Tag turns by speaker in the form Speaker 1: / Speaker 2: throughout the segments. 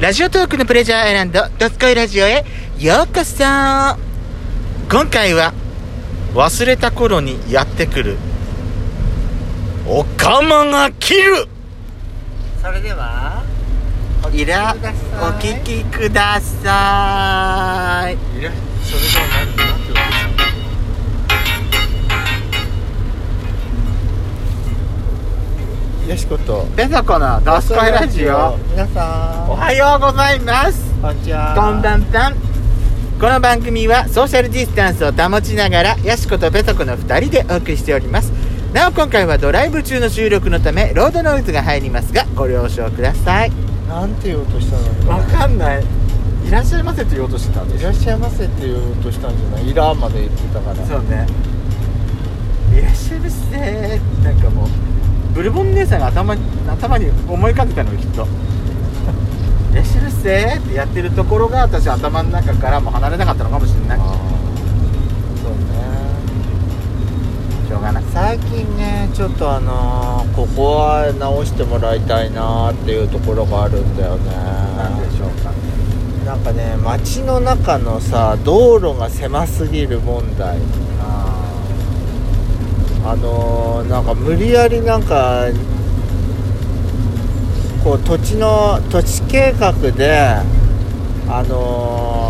Speaker 1: ラジオトークのプレジャーアイランド、ドスコイラジオへようこそ今回は、忘れた頃にやってくる、おかまが切る
Speaker 2: それでは
Speaker 1: イラ、お聞きください。
Speaker 2: いやそれでは何何て言うんですかよしこと
Speaker 1: ベソコのドスコイラジオ、
Speaker 2: 皆さん
Speaker 1: おはようございます。
Speaker 2: こんにちは
Speaker 1: こんばんはんこの番組はソーシャルディスタンスを保ちながらヤシコとペトコの2人でお送りしておりますなお今回はドライブ中の収録のためロードノイズが入りますがご了承ください
Speaker 2: なんて言おうとしたの
Speaker 1: わかんないいらっしゃいませって言おうとしてたん
Speaker 2: いらっしゃいませって言おうとしたんじゃないいらーまで言ってたから
Speaker 1: そうねいらっしゃいませなんかもうブルボン姉さんが頭に頭に思い浮かんでたのよきっと いらっしゃいませってやってるところが私頭の中からもう離れなかったのかもしれない
Speaker 2: そうね
Speaker 1: しょうがない
Speaker 2: 最近ねちょっとあのーここは直してもらいたいなーっていうところがあるんだよね
Speaker 1: なんでしょうか
Speaker 2: なんかね街の中のさ道路が狭すぎる問題あのーなんか無理やりなんかこう土地の土地計画であのー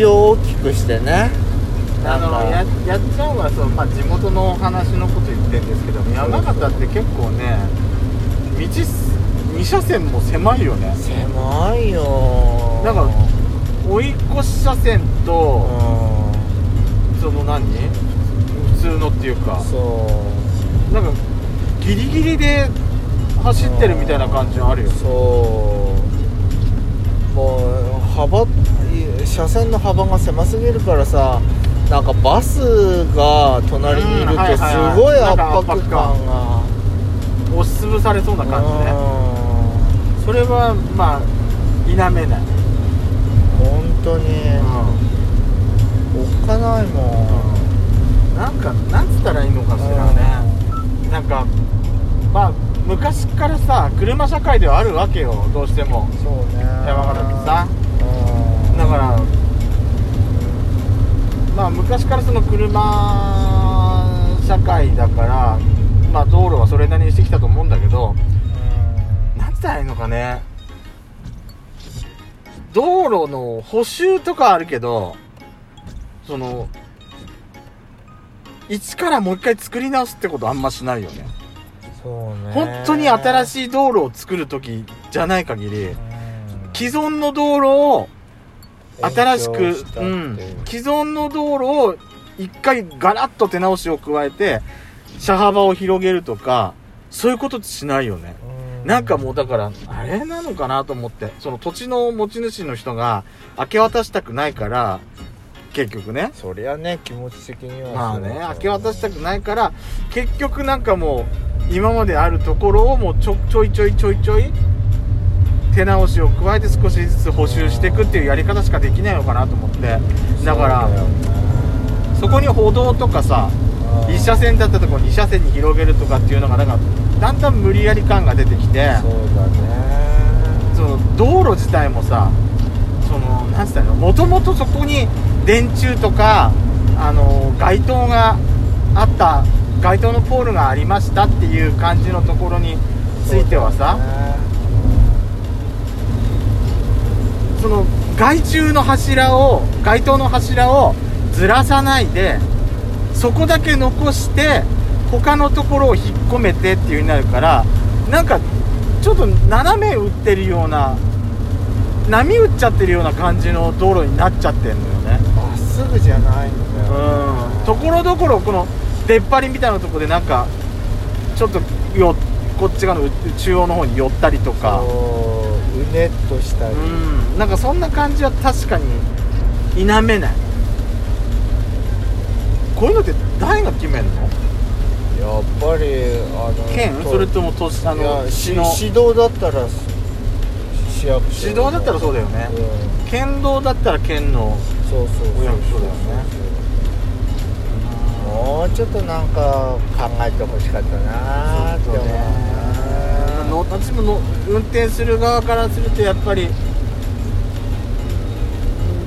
Speaker 2: 道を大きくしてね
Speaker 1: あのややっちゃんはそう、まあ、地元のお話のこと言ってるんですけど山形って結構ね道2車線も狭いよね
Speaker 2: 狭いよー
Speaker 1: なんか追い越し車線
Speaker 2: う
Speaker 1: と、
Speaker 2: ん
Speaker 1: その何普通のっていうか
Speaker 2: そう
Speaker 1: なんかギリギリで走ってるみたいな感じあるよ
Speaker 2: そうもう幅車線の幅が狭すぎるからさなんかバスが隣に
Speaker 1: う
Speaker 2: いる
Speaker 1: ん
Speaker 2: と
Speaker 1: はい
Speaker 2: す
Speaker 1: はいはい
Speaker 2: ごい
Speaker 1: なん
Speaker 2: 圧
Speaker 1: か
Speaker 2: 迫
Speaker 1: 圧迫
Speaker 2: 感が
Speaker 1: 押しつぶされそうな感じね
Speaker 2: う
Speaker 1: それはまあ否めない、
Speaker 2: ん本当におっかないもん
Speaker 1: なんかなんつったらいいのかしらね、なんかまあ昔からさ車社会ではあるわけよどうしても
Speaker 2: うんそうね
Speaker 1: 山形ってさ
Speaker 2: うん
Speaker 1: だからまあ昔からその車社会だからまあ道路はそれなりにしてきたと思うんだけど
Speaker 2: うん
Speaker 1: なんつったらいいのかね道路の補修とかあるけどその一からもう一回作り直すってことあんましないよね
Speaker 2: そうね
Speaker 1: 本当に新
Speaker 2: い
Speaker 1: しい道路を作る時じゃない限り既存の道路を新しく、うん、既存の道路を一回ガラッと手直しを加えて車幅を広げるとかそういうことってしないよねなんかもうだからあれなのかなと思ってその土地の持ち主の人が明け渡したくないから結局ね
Speaker 2: そりゃね気持ち的には
Speaker 1: まあね
Speaker 2: そうだよ
Speaker 1: 明け渡したくないから結局なんかもう今まであるところをもうちょちょいちょいちょいちょい手直しを加えて少しずつ補修していくっていうやり方しかできないのかなと思ってだから
Speaker 2: そうよね
Speaker 1: そこに歩道とかさ
Speaker 2: うん
Speaker 1: 1車線だったところ2車線に広げるとかっていうのがなんかだんだん無理やり感が出てきて
Speaker 2: そうだね
Speaker 1: その道路自体もさそのなんつったのもともとそこに電柱とかあの街灯があった街灯のポールがありましたっていう感じのところについては
Speaker 2: そう
Speaker 1: さ
Speaker 2: だね
Speaker 1: そ,、の害虫の柱を街灯の柱をずらさないでそこだけ残して他のところを引っ込めてっていう風になるからなんかちょっと斜め打ってるような波打っちゃってるような感じの道路になっちゃってんのよね
Speaker 2: まっすぐじゃないんだよ
Speaker 1: うんところどころこの出っ張りみたいなとこでなんかちょっとよこっち側のう中央の方に寄ったりとか
Speaker 2: そううねっとした
Speaker 1: う
Speaker 2: り
Speaker 1: んなんかそんな感じは確かに否めないこういうのって誰が決めんの
Speaker 2: やっぱりあの
Speaker 1: 県それとも都市あ
Speaker 2: あ
Speaker 1: の
Speaker 2: の
Speaker 1: 市
Speaker 2: 市
Speaker 1: の
Speaker 2: 市道だったら市役所
Speaker 1: 市道だったらそうだよね
Speaker 2: うん
Speaker 1: 県道だったら県の
Speaker 2: そうそうそう
Speaker 1: お役所だよね
Speaker 2: もうちょっとなんか考えてほしかったなーって思う
Speaker 1: の私もの運転する側からするとやっぱり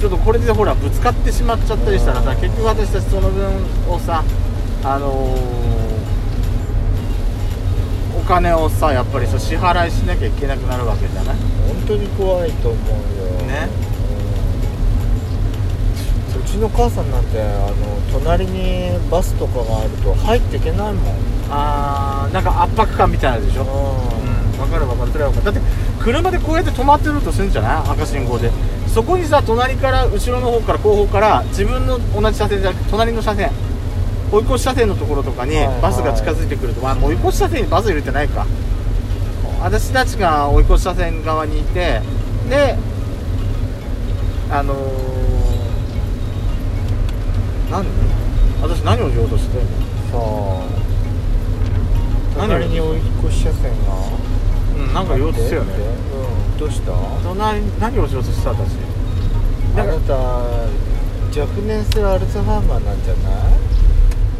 Speaker 1: ちょっとこれでほらぶつかってしまっちゃったりしたらさ
Speaker 2: うん
Speaker 1: 結局私たちその分をさあのーお金をさやっぱりさ支払いしなきゃいけなくなるわけじゃない
Speaker 2: 本当に怖いと思うよ
Speaker 1: ね
Speaker 2: うんうちの母さんなんてあの隣にバスとかがあると入っていけないもん
Speaker 1: あーなんか圧迫感みたいなのでしょうんわかるわかるそれはわかるだって車でこうやって止まってるとするんじゃない赤信号でそこにさ隣から後ろの方から後方から自分の同じ車線じゃなくて隣の車線追い越し車線のところとかに
Speaker 2: はいはい
Speaker 1: バスが近づいてくると、まあもう追い越し車線にバス入れてないか私たちが追い越し車線側にいてであのー、何私何を言おうとしてるの
Speaker 2: さあ
Speaker 1: 何
Speaker 2: 隣に追い越し車線が
Speaker 1: うんなんか言おうとしてたよ
Speaker 2: だって
Speaker 1: ね
Speaker 2: うんどうした
Speaker 1: 隣に何をしようとしてた私
Speaker 2: あなた若年性アルツハイマーなんじゃない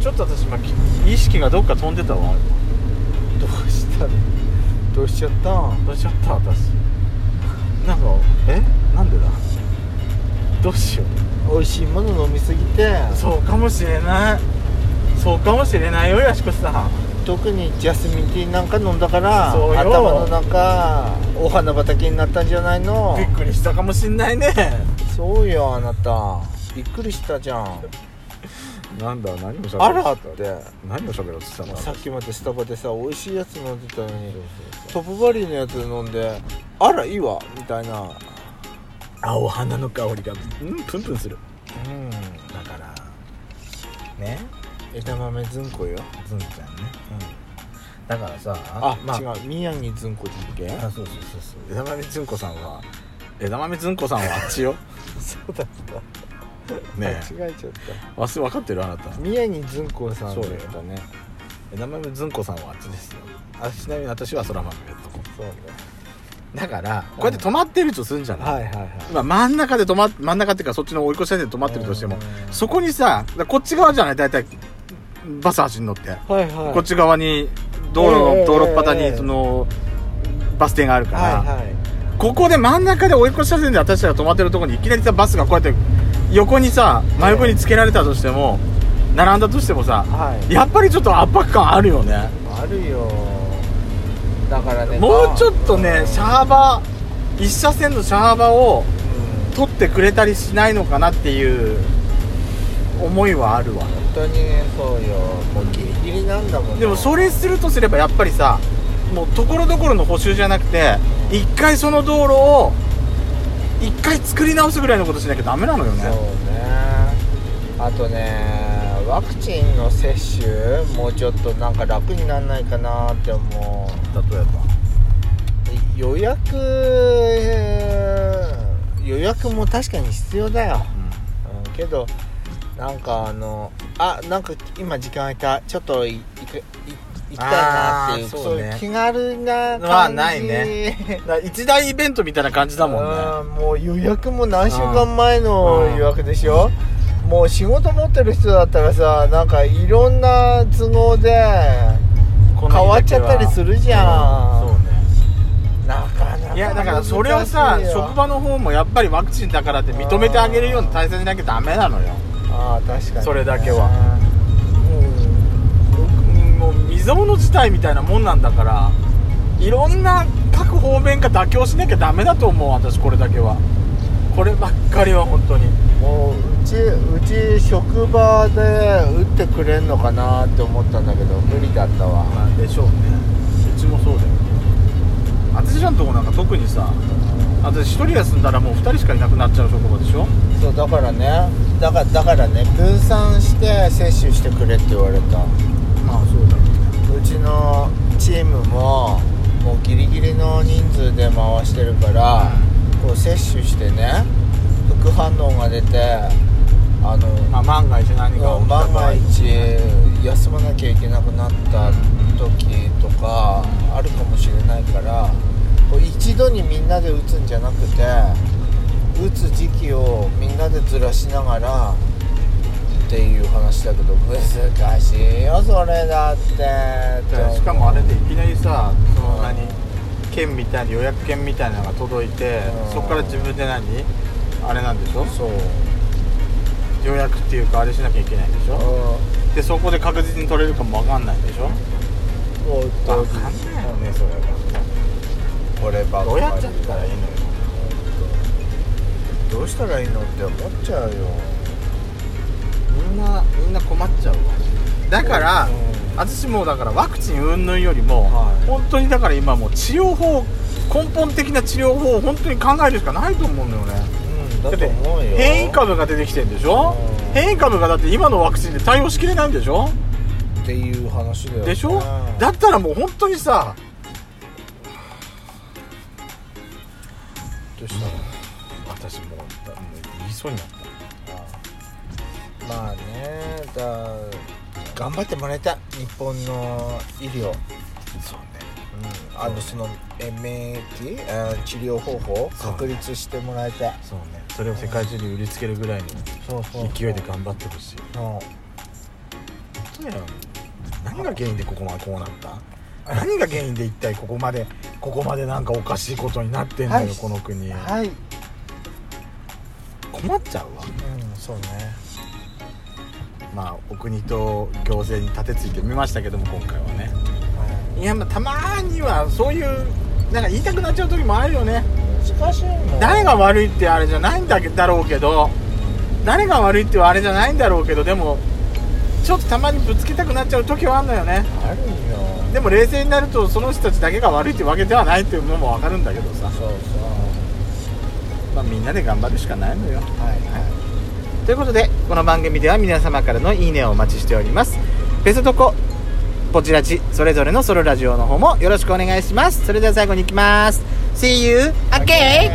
Speaker 1: ちょっと私今き意識がどっか飛んでたわ
Speaker 2: どうしたどうしちゃった
Speaker 1: どうしちゃった私なんかえなんでだどうしよ
Speaker 2: 美味しいもの飲みすぎて
Speaker 1: うそうかもしれないそうかもしれないよやしこさん
Speaker 2: 特にジャスミンティーなんか飲んだから
Speaker 1: そうよ
Speaker 2: 頭の中お花畑になったんじゃないの
Speaker 1: びっくりしたかもしんないね
Speaker 2: そうよあなたびっくりしたじゃん
Speaker 1: なんだ何をしゃべ
Speaker 2: あらって
Speaker 1: 何をしゃべろうとしたの
Speaker 2: さっきまでスタバでさ美味しいやつ飲んでたのにトップバリューのやつ飲んであらいいわみたいな
Speaker 1: あお花の香りがうんプンプンする
Speaker 2: うん
Speaker 1: だからね
Speaker 2: 枝豆ずんこよ
Speaker 1: ずんちゃんねうんだからさ
Speaker 2: あ、
Speaker 1: ま
Speaker 2: 違う宮城ずんこだっけ
Speaker 1: あそうそうそうそう枝豆ずんこさんは枝豆ずんこさんはあっちよ
Speaker 2: そうだった
Speaker 1: ねえ
Speaker 2: 間違えちゃった
Speaker 1: 忘れ分かってるあなた
Speaker 2: 宮城ずんこさん
Speaker 1: そうだよ
Speaker 2: ね
Speaker 1: 枝豆ずんこさんはあっちですよあちなみに私はそら豆のとこ
Speaker 2: そうね
Speaker 1: だからこうやって止まってるとするんじゃない、
Speaker 2: はいはいはい
Speaker 1: まあ、真ん中で止まっ真ん中っていうかそっちの追い越し車線で止まってるとしても
Speaker 2: うん
Speaker 1: そこにさだからこっち側じゃない大体バス走んのって、
Speaker 2: はいはい
Speaker 1: こっち側に道路の、
Speaker 2: ええ
Speaker 1: 道路っ端
Speaker 2: え
Speaker 1: に
Speaker 2: え
Speaker 1: そのバス停があるから、
Speaker 2: はいはい
Speaker 1: ここで真ん中で追い越し車線で私たちが止まってるところにいきなりさバスがこうやって横にさ真横につけられたとしても並んだとしてもさ
Speaker 2: はい
Speaker 1: やっぱりちょっと圧迫感あるよね
Speaker 2: あるよだからね
Speaker 1: もうちょっとね
Speaker 2: うん
Speaker 1: シャーバー一車線のシャーバーを
Speaker 2: うん
Speaker 1: 取ってくれたりしないのかなっていう思いはあるわ
Speaker 2: 本当にねそうよもうギリギリなんだもん
Speaker 1: でもそ
Speaker 2: れ
Speaker 1: れするとすればやっぱりさもうところどころの補修じゃなくて一回その道路を一回作り直すぐらいのことしなきゃダメなのよ
Speaker 2: そう
Speaker 1: ね
Speaker 2: ねあとねワクチンの接種もうちょっとなんか楽になんないかなって思う
Speaker 1: 例えば
Speaker 2: 予約えー予約も確かに必要だよ、うん、けどなんかあのあなんか今時間空いたちょっとい行くい行きたいなっていう
Speaker 1: あー
Speaker 2: そ,、
Speaker 1: そうう
Speaker 2: い
Speaker 1: ね
Speaker 2: う気軽な感じ
Speaker 1: まあないね だから一大イベントみたいな感じだもんね
Speaker 2: あーもう予約も何週間前の
Speaker 1: うん
Speaker 2: 予約でしょもう仕事持ってる人だったらさなんかいろんな都合で
Speaker 1: この日
Speaker 2: 変
Speaker 1: だけは
Speaker 2: わっちゃったりするじゃん、
Speaker 1: そうね
Speaker 2: なかなか
Speaker 1: いやだからそれをさ
Speaker 2: 難しいよ
Speaker 1: 職場の方もやっぱりワクチンだからって認めてあげるような体制じゃなきゃダメなのよ
Speaker 2: ああ確かに
Speaker 1: それだけは
Speaker 2: うん
Speaker 1: うんもう未曾有の事態みたいなもんなんだからいろんな各方面が妥協しなきゃダメだと思う私これだけはこればっかりは本当に
Speaker 2: もううちうち職場で打ってくれんのかなって思ったんだけど無理だったわ
Speaker 1: まあでしょうねうちもそうだよ私らのとこなんか特にさ私一人休んだらもう二人しかいなくなっちゃう職場でしょ
Speaker 2: そうだからねだからだからね分散して接種してくれって言われた
Speaker 1: まあそうだろうね
Speaker 2: うちのチームももうギリギリの人数で回してるからこう接種してね副反応が出てあの
Speaker 1: まあ万が一何か起きた場合
Speaker 2: 万が一休まなきゃいけなくなった時とかあるかもしれないからこう一度にみんなで打つんじゃなくて打つ時期をみんなでずらしながらっていう話だけど難しいよそれだって
Speaker 1: でしかもあれでいきなりさその
Speaker 2: うん
Speaker 1: 何券みたいな予約券みたいなのが届いて
Speaker 2: うん
Speaker 1: そこから自分で何あれなんでしょ
Speaker 2: そう
Speaker 1: 予約っていうかあれしなきゃいけないんでしょ
Speaker 2: あ
Speaker 1: でそこで確実に取れるかもわかんないんでしょ
Speaker 2: おっ
Speaker 1: わ
Speaker 2: と
Speaker 1: かんないよねそれが
Speaker 2: 俺ばっかり
Speaker 1: どうやっちゃったらいいのよ
Speaker 2: どうしたらいいのって思っちゃうよ
Speaker 1: みんなみんな困っちゃうわだから
Speaker 2: うん
Speaker 1: 私もだからワクチン云々よりも、
Speaker 2: はい
Speaker 1: 本当にだから今もう治療法根本的な治療法を本当に考えるしかないと思うんだよね
Speaker 2: うんだと思うよ
Speaker 1: 変異株が出てきてんでしょ
Speaker 2: うん
Speaker 1: 変異株がだって今のワクチンで対応しきれないんでしょ
Speaker 2: っていう話だよね
Speaker 1: でしょだったらもう本当にさ
Speaker 2: としたら
Speaker 1: 私もうもう言いそうになった
Speaker 2: まあねだ頑張ってもらいたい日本の医療、うん、
Speaker 1: そうね
Speaker 2: あのそのえ免疫あ治療方法を
Speaker 1: そう
Speaker 2: 確立してもらいたい
Speaker 1: そうねそれを世界中に売りつけるぐらいの
Speaker 2: そうそう
Speaker 1: 勢いで頑張ってほしい
Speaker 2: うん
Speaker 1: 本当だよ何が原因でここまでこうなった何が原因で一体ここまでここまでなんかおかしいことになってんだよ、
Speaker 2: はい
Speaker 1: この国、
Speaker 2: はい、うん、
Speaker 1: 困っちゃうわ
Speaker 2: そうね
Speaker 1: まあお国と行政に立てついてみましたけども今回はね
Speaker 2: はい
Speaker 1: やまあたまにはそういうなんか言いたくなっちゃう時もあるよね
Speaker 2: い難しいもん
Speaker 1: 誰が悪いってあれじゃないんだけだろうけど誰が悪いってはあれじゃないんだろうけどでもちょっとたまにぶつけたくなっちゃう時はあるのよね
Speaker 2: あるよ
Speaker 1: でも冷静になるとその人たちだけが悪いってわけではないっていうのもわかるんだけどさ、
Speaker 2: そうそう
Speaker 1: まあ、みんなで頑張るしかないのよ
Speaker 2: はいは
Speaker 1: ということでこの番組では皆様からのいいねをお待ちしておりますベストコポチラチそれぞれのソロラジオの方もよろしくお願いしますそれでは最後に行きます See you again!